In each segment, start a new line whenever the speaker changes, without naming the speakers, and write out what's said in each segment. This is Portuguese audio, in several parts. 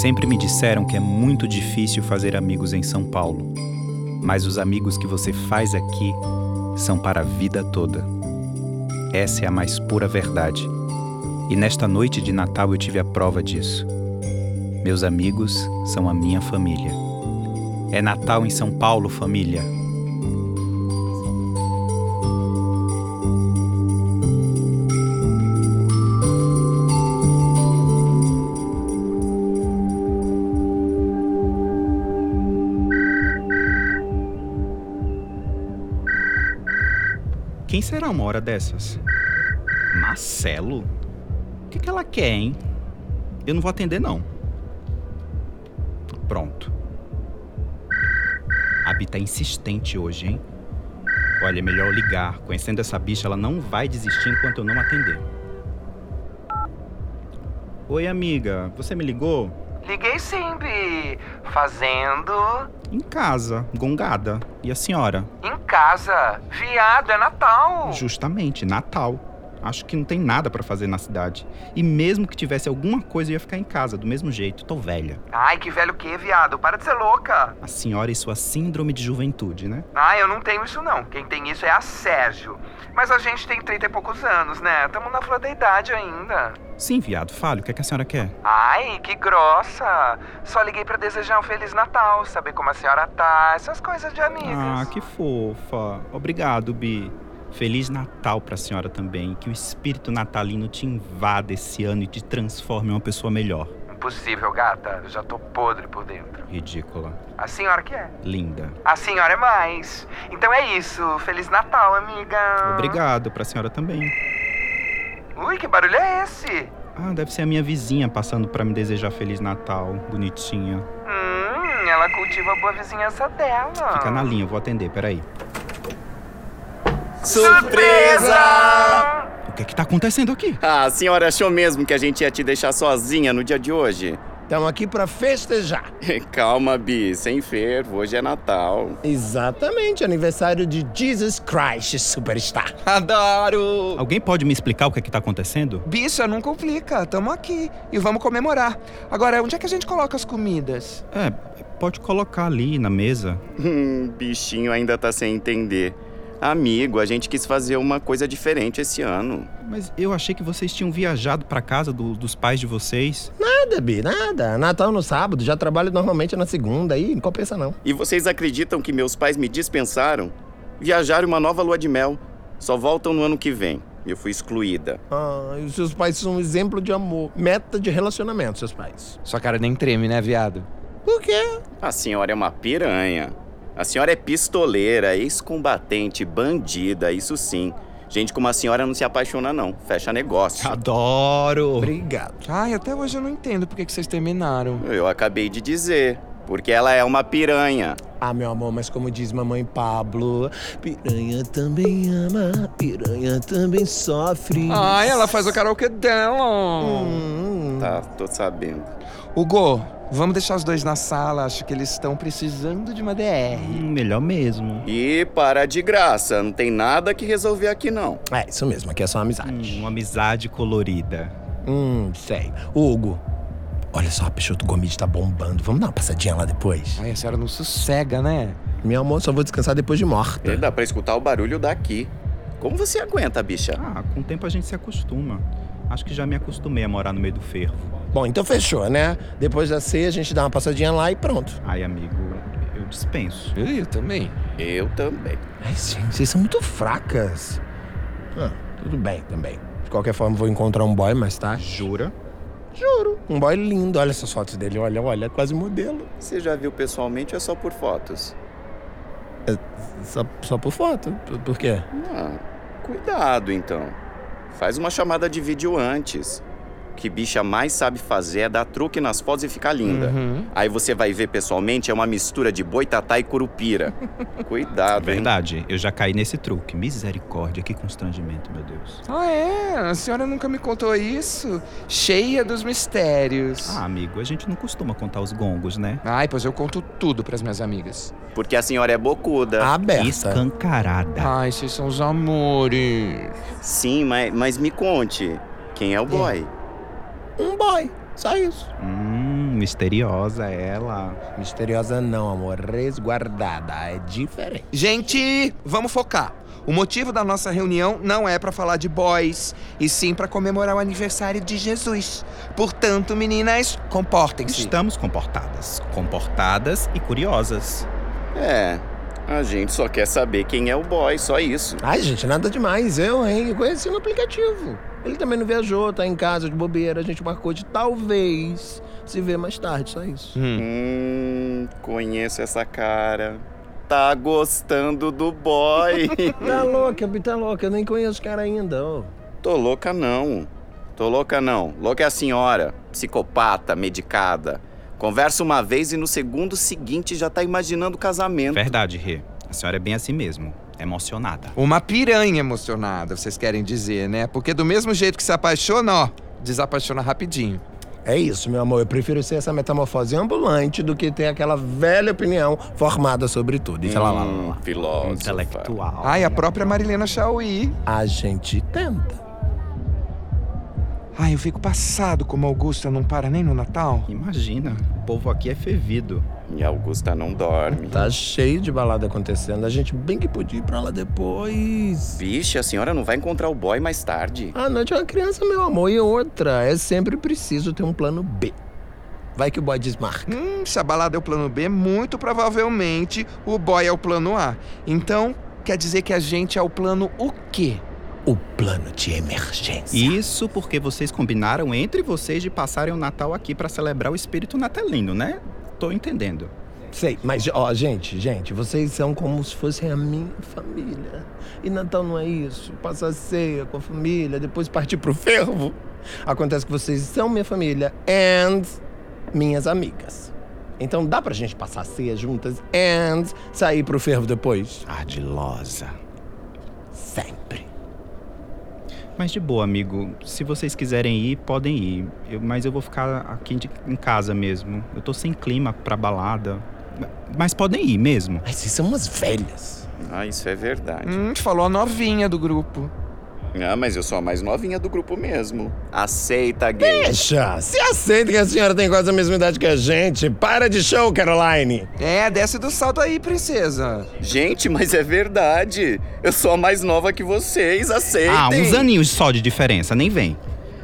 Sempre me disseram que é muito difícil fazer amigos em São Paulo, mas os amigos que você faz aqui são para a vida toda. Essa é a mais pura verdade. E nesta noite de Natal eu tive a prova disso. Meus amigos são a minha família. É Natal em São Paulo, família. Quem será uma hora dessas? Marcelo? O que, que ela quer, hein? Eu não vou atender, não. Pronto. A Bi tá insistente hoje, hein? Olha, é melhor eu ligar. Conhecendo essa bicha, ela não vai desistir enquanto eu não atender. Oi, amiga. Você me ligou?
Liguei sim, Bi. Fazendo.
Em casa, gongada. E a senhora?
Em casa. Viado, é Natal.
Justamente, Natal. Acho que não tem nada pra fazer na cidade. E mesmo que tivesse alguma coisa, eu ia ficar em casa, do mesmo jeito. Tô velha.
Ai, que velho que, viado? Para de ser louca.
A senhora e sua síndrome de juventude, né?
Ah, eu não tenho isso não. Quem tem isso é a Sérgio. Mas a gente tem 30 e poucos anos, né? Tamo na flor da idade ainda.
Sim, viado, fale. O que, é que a senhora quer?
Ai, que grossa. Só liguei pra desejar um feliz Natal, saber como a senhora tá, essas coisas de
Ah,
amigas.
que fofa. Obrigado, Bi. Feliz Natal pra senhora também. Que o espírito natalino te invada esse ano e te transforme em uma pessoa melhor.
Impossível, gata. Eu já tô podre por dentro.
Ridícula.
A senhora que é?
Linda.
A senhora é mais. Então é isso. Feliz Natal, amiga.
Obrigado pra senhora também.
Ui, que barulho é esse?
Ah, deve ser a minha vizinha passando pra me desejar Feliz Natal. Bonitinha.
Hum, ela cultiva a boa vizinhança dela.
Fica na linha, eu vou atender, peraí.
Surpresa!
O que é que tá acontecendo aqui?
Ah, a senhora achou mesmo que a gente ia te deixar sozinha no dia de hoje?
Estamos aqui para festejar.
Calma, Bi, sem fervo, hoje é Natal.
Exatamente, aniversário de Jesus Christ Superstar.
Adoro!
Alguém pode me explicar o que é que tá acontecendo?
Bicha, não complica. Tamo aqui e vamos comemorar. Agora, onde é que a gente coloca as comidas?
É, pode colocar ali na mesa.
Hum, bichinho ainda tá sem entender. Amigo, a gente quis fazer uma coisa diferente esse ano.
Mas eu achei que vocês tinham viajado pra casa do- dos pais de vocês.
Nada, Bi, nada. Natal no sábado, já trabalho normalmente na segunda, aí não compensa não.
E vocês acreditam que meus pais me dispensaram? Viajaram uma nova lua de mel. Só voltam no ano que vem. Eu fui excluída.
Ah, e os seus pais são um exemplo de amor, meta de relacionamento, seus pais.
Sua cara nem treme, né, viado?
Por quê?
A senhora é uma piranha. A senhora é pistoleira, ex-combatente, bandida, isso sim. Gente como a senhora não se apaixona, não. Fecha negócio.
Adoro!
Obrigado.
Ai, até hoje eu não entendo por que que vocês terminaram.
Eu acabei de dizer. Porque ela é uma piranha.
Ah, meu amor, mas como diz mamãe Pablo, piranha também ama, piranha também sofre.
Ai, ela faz o karaokê dela.
Hum,
Tá, tô sabendo.
Hugo, vamos deixar os dois na sala. Acho que eles estão precisando de uma DR.
Hum, melhor mesmo.
E para de graça, não tem nada que resolver aqui não.
É, isso mesmo, aqui é só amizade.
Hum, uma amizade colorida.
Hum, sei. Hugo, olha só, a Peixoto Gomes tá bombando. Vamos dar uma passadinha lá depois?
Ai, a senhora não sossega, né?
Meu amor, só vou descansar depois de morta.
E dá pra escutar o barulho daqui. Como você aguenta, bicha?
Ah, com o tempo a gente se acostuma. Acho que já me acostumei a morar no meio do fervo.
Bom, então fechou, né? Depois da ceia a gente dá uma passadinha lá e pronto.
Ai, amigo, eu dispenso.
Eu também.
Eu também.
Ai, gente, vocês são muito fracas. Ah, tudo bem também. De qualquer forma, vou encontrar um boy mais tarde.
Jura?
Juro. Um boy lindo. Olha essas fotos dele. Olha, olha, quase modelo.
Você já viu pessoalmente ou é só por fotos?
Só, só por foto. Por, por quê?
Ah, cuidado então. Faz uma chamada de vídeo antes. O que bicha mais sabe fazer é dar truque nas fotos e ficar linda.
Uhum.
Aí você vai ver pessoalmente, é uma mistura de boitatá e curupira. Cuidado, hein?
É Verdade, eu já caí nesse truque. Misericórdia, que constrangimento, meu Deus.
Ah, é? A senhora nunca me contou isso? Cheia dos mistérios.
Ah, amigo, a gente não costuma contar os gongos, né?
Ai, pois eu conto tudo pras minhas amigas.
Porque a senhora é bocuda.
Aberta.
Escancarada.
Ai, vocês são os amores.
Sim, mas, mas me conte, quem é o boy?
Ah.
Um boy. Só isso.
Hum, misteriosa ela.
Misteriosa não, amor. Resguardada. É diferente.
Gente, vamos focar. O motivo da nossa reunião não é pra falar de boys, e sim pra comemorar o aniversário de Jesus. Portanto, meninas, comportem-se.
Estamos comportadas, comportadas e curiosas.
É, a gente só quer saber quem é o boy, só isso.
Ai, gente, nada demais. Eu, hein? Conheci no aplicativo. Ele também não viajou, tá em casa de bobeira. A gente marcou de talvez se ver mais tarde, só isso.
Hum.
Hum, conheço essa cara. Tá gostando do boy.
Tá louca, Bi, tá louca. Eu nem conheço o cara ainda. ô.
Tô louca não. Tô louca não. Louca é a senhora, psicopata, medicada. Conversa uma vez e no segundo seguinte já tá imaginando casamento.
Verdade, Rê. A senhora é bem assim mesmo, emocionada.
Uma piranha emocionada, vocês querem dizer, né? Porque do mesmo jeito que se apaixona, ó, desapaixona rapidinho.
É isso, meu amor. Eu prefiro ser essa metamorfose ambulante do que ter aquela velha opinião formada sobre tudo. E lá, lá, lá,
Hum,
lá.
filósofa.
Intelectual.
Ai, a própria Marilena Chauí.
A gente tenta.
Ai, eu fico passado como a Augusta não para nem no Natal.
Imagina, o povo aqui é fervido.
E Augusta não dorme.
Tá cheio de balada acontecendo. A gente bem que podia ir pra lá depois.
Vixe, a senhora não vai encontrar o boy mais tarde.
A noite é uma criança, meu amor. E outra, é sempre preciso ter um plano B. Vai que o boy desmarca.
Hum, se a balada é o plano B, muito provavelmente o boy é o plano A. Então, quer dizer que a gente é o plano o quê?
O plano de emergência.
Isso porque vocês combinaram entre vocês de passarem o Natal aqui pra celebrar o espírito natalino, né? Tô entendendo.
Sei, mas ó, gente, gente, vocês são como se fossem a minha família. E Natal não é isso. Passar ceia com a família, depois partir pro fervo. Acontece que vocês são minha família and minhas amigas. Então dá pra gente passar ceia juntas and sair pro fervo depois?
Ardilosa.
Sempre.
Mas de boa, amigo. Se vocês quiserem ir, podem ir. Eu- mas eu vou ficar aqui de- em casa mesmo. Eu tô sem clima pra balada. Mas podem ir mesmo.
Mas vocês são umas velhas.
Ah, isso é verdade.
Hum, falou a novinha do grupo.
Ah, mas eu sou a mais novinha do grupo mesmo. Aceita, gay.
Deixa! Se aceita que a senhora tem quase a mesma idade que a gente. Para de show, Caroline!
É, desce do salto aí, princesa.
Gente, mas é verdade. Eu sou a mais nova que vocês, aceitem.
Ah, uns aninhos só de diferença, nem vem.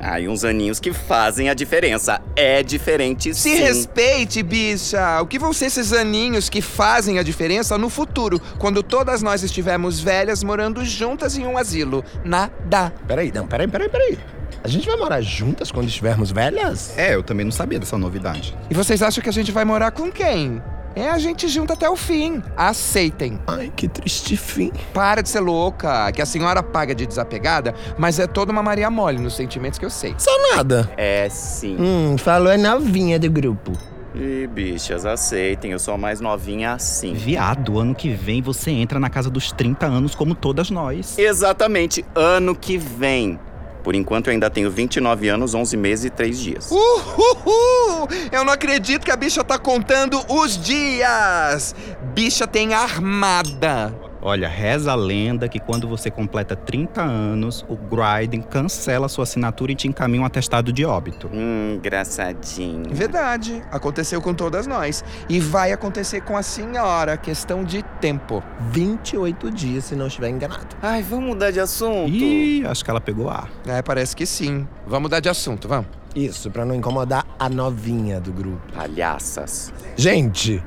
Ah, e uns aninhos que fazem a diferença. É diferente
Se
sim.
respeite, bicha. O que vão ser esses aninhos que fazem a diferença no futuro, quando todas nós estivermos velhas morando juntas em um asilo? Nada.
Peraí, não, peraí, peraí, peraí. A gente vai morar juntas quando estivermos velhas?
É, eu também não sabia dessa novidade.
E vocês acham que a gente vai morar com quem? É a gente junto até o fim. Aceitem.
Ai, que triste fim.
Para de ser louca, que a senhora paga de desapegada, mas é toda uma Maria Mole nos sentimentos que eu sei.
Só nada.
É sim.
Hum, falou é novinha do grupo.
E bichas, aceitem. Eu sou a mais novinha assim.
Viado, ano que vem você entra na casa dos 30 anos como todas nós.
Exatamente, ano que vem. Por enquanto, eu ainda tenho 29 anos, 11 meses e 3 dias.
Uhul! Eu não acredito que a bicha tá contando os dias! Bicha tem armada!
Olha, reza a lenda que quando você completa 30 anos, o Grindr cancela sua assinatura e te encaminha um atestado de óbito.
Hum, engraçadinho.
Verdade, aconteceu com todas nós. E vai acontecer com a senhora, questão de tempo.
28 dias, se não estiver enganado.
Ai, vamos mudar de assunto.
Ih, acho que ela pegou ar.
É, parece que sim. Vamos mudar de assunto, vamos.
Isso, pra não incomodar a novinha do grupo.
Palhaças.
Gente,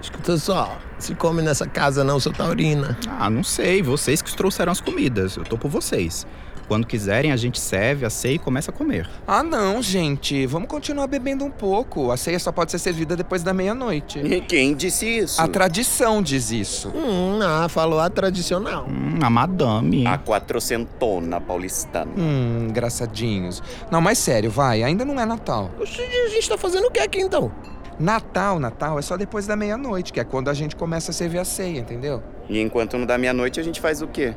escuta só. Se come nessa casa não, sou taurina.
Ah, não sei, vocês que trouxeram as comidas. Eu tô por vocês. Quando quiserem, a gente serve, aceia e começa a comer.
Ah, não, gente. Vamos continuar bebendo um pouco. A ceia só pode ser servida depois da meia-noite.
E Quem disse isso?
A tradição diz isso.
Hum, ah, falou a tradicional.
Hum, a madame.
A quatrocentona paulistana.
Hum, engraçadinhos. Não, mas sério, vai. Ainda não é Natal.
Oxi, a gente tá fazendo o que aqui então?
Natal, Natal é só depois da meia-noite, que é quando a gente começa a servir a ceia, entendeu?
E enquanto não dá meia-noite, a gente faz o quê?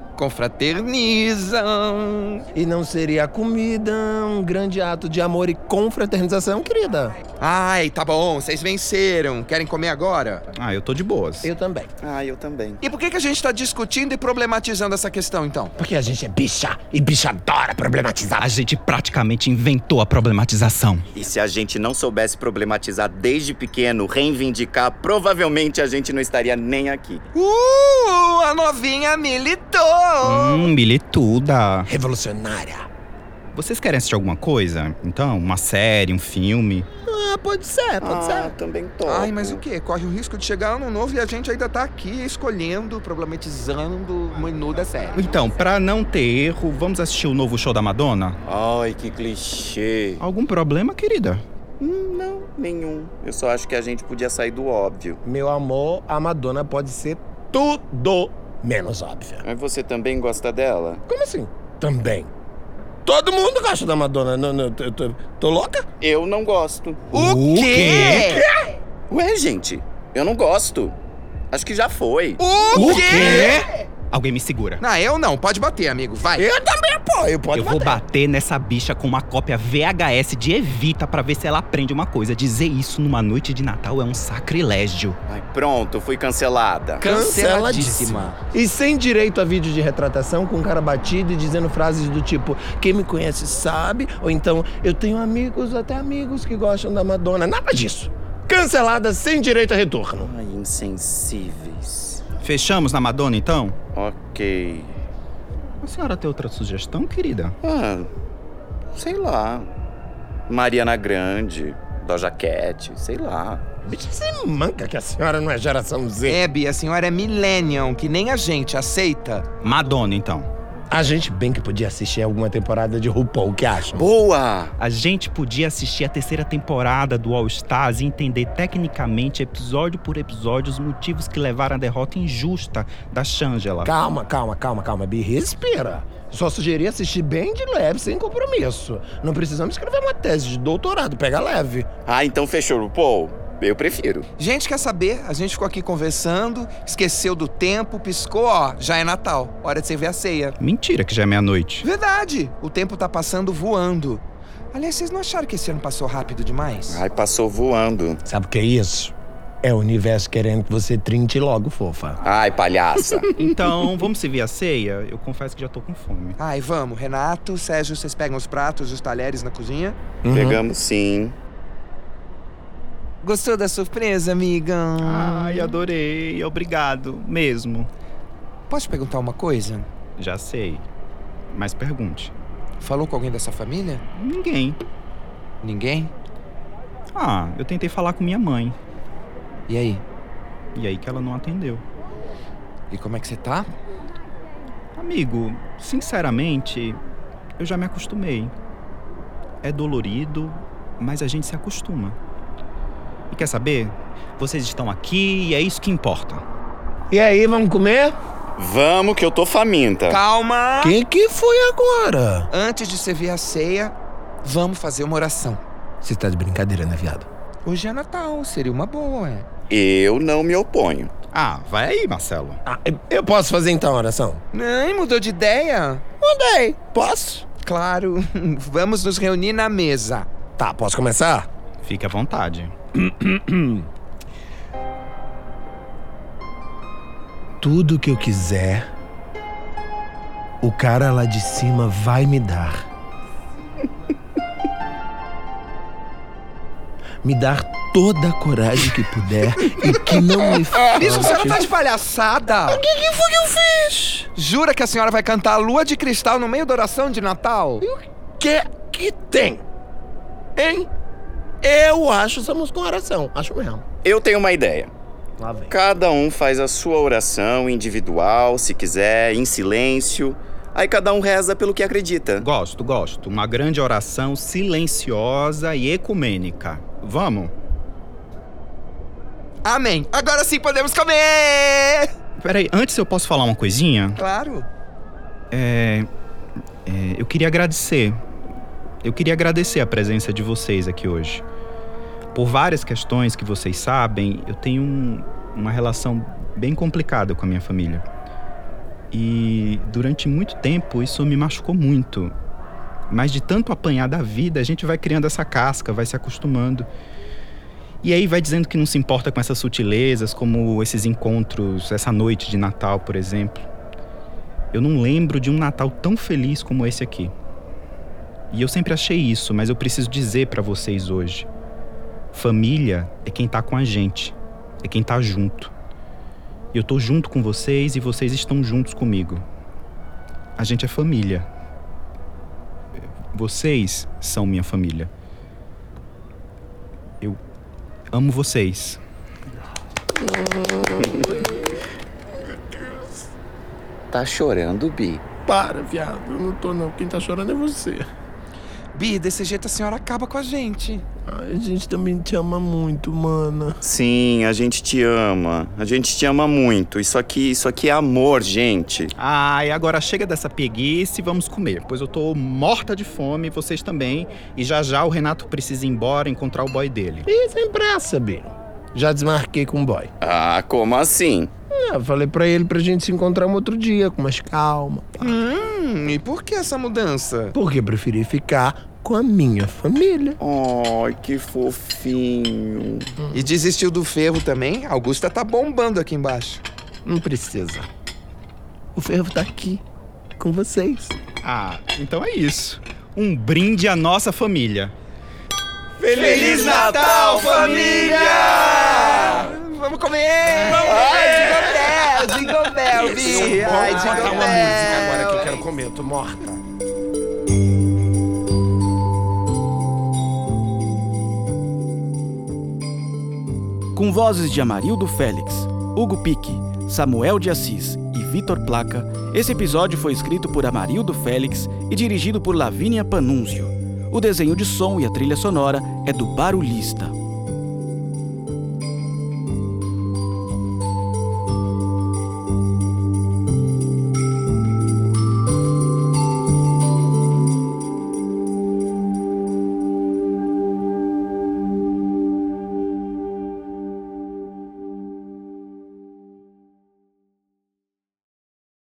Confraternizam.
E não seria a comida um grande ato de amor e confraternização, querida?
Ai, tá bom, vocês venceram. Querem comer agora?
Ah, eu tô de boas.
Eu também.
Ah, eu também.
E por que, que a gente tá discutindo e problematizando essa questão, então?
Porque a gente é bicha e bicha adora problematizar.
A gente praticamente inventou a problematização.
E se a gente não soubesse problematizar desde pequeno, reivindicar, provavelmente a gente não estaria nem aqui.
Uh, a novinha militou!
Hum, milituda.
Revolucionária.
Vocês querem assistir alguma coisa? Então, uma série, um filme?
Ah, pode ser, pode
Ah,
ser.
também topo.
Ai, mas o quê? Corre o risco de chegar ano novo e a gente ainda tá aqui escolhendo, problematizando o menu da série.
Então, pra não ter erro, vamos assistir o novo show da Madonna?
Ai, que clichê.
Algum problema, querida?
Hum, não, nenhum. Eu só acho que a gente podia sair do óbvio.
Meu amor, a Madonna pode ser tudo menos óbvia.
Mas você também gosta dela?
Como assim? Também. Todo mundo gosta da Madonna. Não, não, tô, tô- tô louca?
Eu não gosto.
O quê?
Ué, gente, eu não gosto. Acho que já foi.
O quê?
Alguém me segura.
Não, eu não. Pode bater, amigo. Vai.
Eu também apoio, pode
Eu vou bater nessa bicha com uma cópia VHS de Evita pra ver se ela aprende uma coisa. Dizer isso numa noite de Natal é um sacrilégio.
Ai, pronto, fui cancelada.
Canceladíssima. E sem direito a vídeo de retratação, com um cara batido e dizendo frases do tipo: quem me conhece sabe, ou então eu tenho amigos, até amigos que gostam da Madonna. Nada disso. Cancelada sem direito a retorno.
Ai, insensíveis.
Fechamos na Madonna, então?
Ok.
A senhora tem outra sugestão, querida?
Ah, sei lá. Mariana Grande, Doja Cat, sei lá.
Bicho, você manca que a senhora não é geração Z.
Hebe, a senhora é millennium, que nem a gente aceita.
Madonna, então.
A gente bem que podia assistir alguma temporada de RuPaul, o que acha?
Boa!
A gente podia assistir a terceira temporada do All Stars e entender tecnicamente, episódio por episódio, os motivos que levaram à derrota injusta da Shangela.
Calma, calma, calma, calma, Bi, respira. Só sugeri assistir bem de leve, sem compromisso. Não precisamos escrever uma tese de doutorado, pega leve.
Ah, então fechou, RuPaul? Eu prefiro.
Gente, quer saber? A gente ficou aqui conversando, esqueceu do tempo, piscou, ó, já é Natal. Hora de você ver a ceia.
Mentira que já é meia-noite.
Verdade, o tempo tá passando voando. Aliás, vocês não acharam que esse ano passou rápido demais?
Ai, passou voando.
Sabe o que é isso? É o universo querendo que você trinte logo, fofa.
Ai, palhaça.
Então, vamos servir a ceia? Eu confesso que já tô com fome.
Ai, vamos, Renato, Sérgio, vocês pegam os pratos, os talheres na cozinha?
Uhum.
Pegamos sim.
Gostou da surpresa, amiga?
Ai, adorei. Obrigado. Mesmo.
Posso te perguntar uma coisa?
Já sei. Mas pergunte.
Falou com alguém da sua família?
Ninguém.
Ninguém?
Ah, eu tentei falar com minha mãe.
E aí?
E aí que ela não atendeu.
E como é que você tá?
Amigo, sinceramente, eu já me acostumei. É dolorido, mas a gente se acostuma. E quer saber? Vocês estão aqui e é isso que importa.
E aí, vamos comer?
Vamos que eu tô faminta.
Calma!
Quem que foi agora?
Antes de servir a ceia, vamos fazer uma oração.
Você tá de brincadeira, né, viado?
Hoje é Natal, seria uma boa, é.
Eu não me oponho.
Ah, vai aí, Marcelo.
Ah, eu- eu posso fazer então a oração?
Não, mudou de ideia?
Mandei. Posso?
Claro, vamos nos reunir na mesa.
Tá, posso começar?
Fique à vontade.
Tudo que eu quiser, o cara lá de cima vai me dar. Me dar toda a coragem que puder e que não me falte.
Isso, você não tá de palhaçada? O que, que foi que eu fiz? Jura que a senhora vai cantar Lua de Cristal no meio da oração de Natal?
que que tem? Hein? Eu acho essa música uma oração. Acho mesmo.
Eu tenho uma ideia.
Lá vem.
Cada um faz a sua oração individual, se quiser, em silêncio. Aí cada um reza pelo que acredita.
Gosto, gosto. Uma grande oração silenciosa e ecumênica. Vamos?
Amém. Agora sim podemos comer!
Peraí, antes eu posso falar uma coisinha?
Claro.
É, eu queria agradecer. Eu queria agradecer a presença de vocês aqui hoje. Por várias questões que vocês sabem, eu tenho um, uma relação bem complicada com a minha família. E durante muito tempo isso me machucou muito. Mas de tanto apanhar da vida, a gente vai criando essa casca, vai se acostumando. E aí vai dizendo que não se importa com essas sutilezas, como esses encontros, essa noite de Natal, por exemplo. Eu não lembro de um Natal tão feliz como esse aqui. E eu sempre achei isso, mas eu preciso dizer para vocês hoje. Família é quem tá com a gente, é quem tá junto. E eu tô junto com vocês e vocês estão juntos comigo. A gente é família. Vocês são minha família. Eu amo vocês.
Tá chorando, Bi?
Para, viado. Eu não tô, não. Quem tá chorando é você.
Bi, desse jeito a senhora acaba com a gente.
Ai, a gente também te ama muito, mana.
Sim, a gente te ama. A gente te ama muito. Isso aqui, isso aqui é amor, gente.
Ai, agora chega dessa preguiça e vamos comer, pois eu tô morta de fome, vocês também. E já já o Renato precisa ir embora encontrar o boy dele.
Ih, sem pressa, Bi. Já desmarquei com o boy.
Ah, como assim?
É, eu falei pra ele pra gente se encontrar um outro dia, com mais calma.
Hum, e por que essa mudança?
Porque eu preferi ficar com a minha família.
Ai, que fofinho.
E desistiu do ferro também? Augusta tá bombando aqui embaixo.
Não precisa. O fervo tá aqui, com vocês.
Ah, então é isso. Um brinde à nossa família.
Feliz Natal, família! Vamos comer! Ai, Jingle Bell, Jingle Bell, Bi!
Ah,
Ai,
tá
Jingle Bell!
que eu quero comer, eu tô morta.
com vozes de Amarildo Félix, Hugo Pique, Samuel de Assis e Vitor Placa, esse episódio foi escrito por Amarildo Félix e dirigido por Lavínia Panunzio. O desenho de som e a trilha sonora é do Barulhista.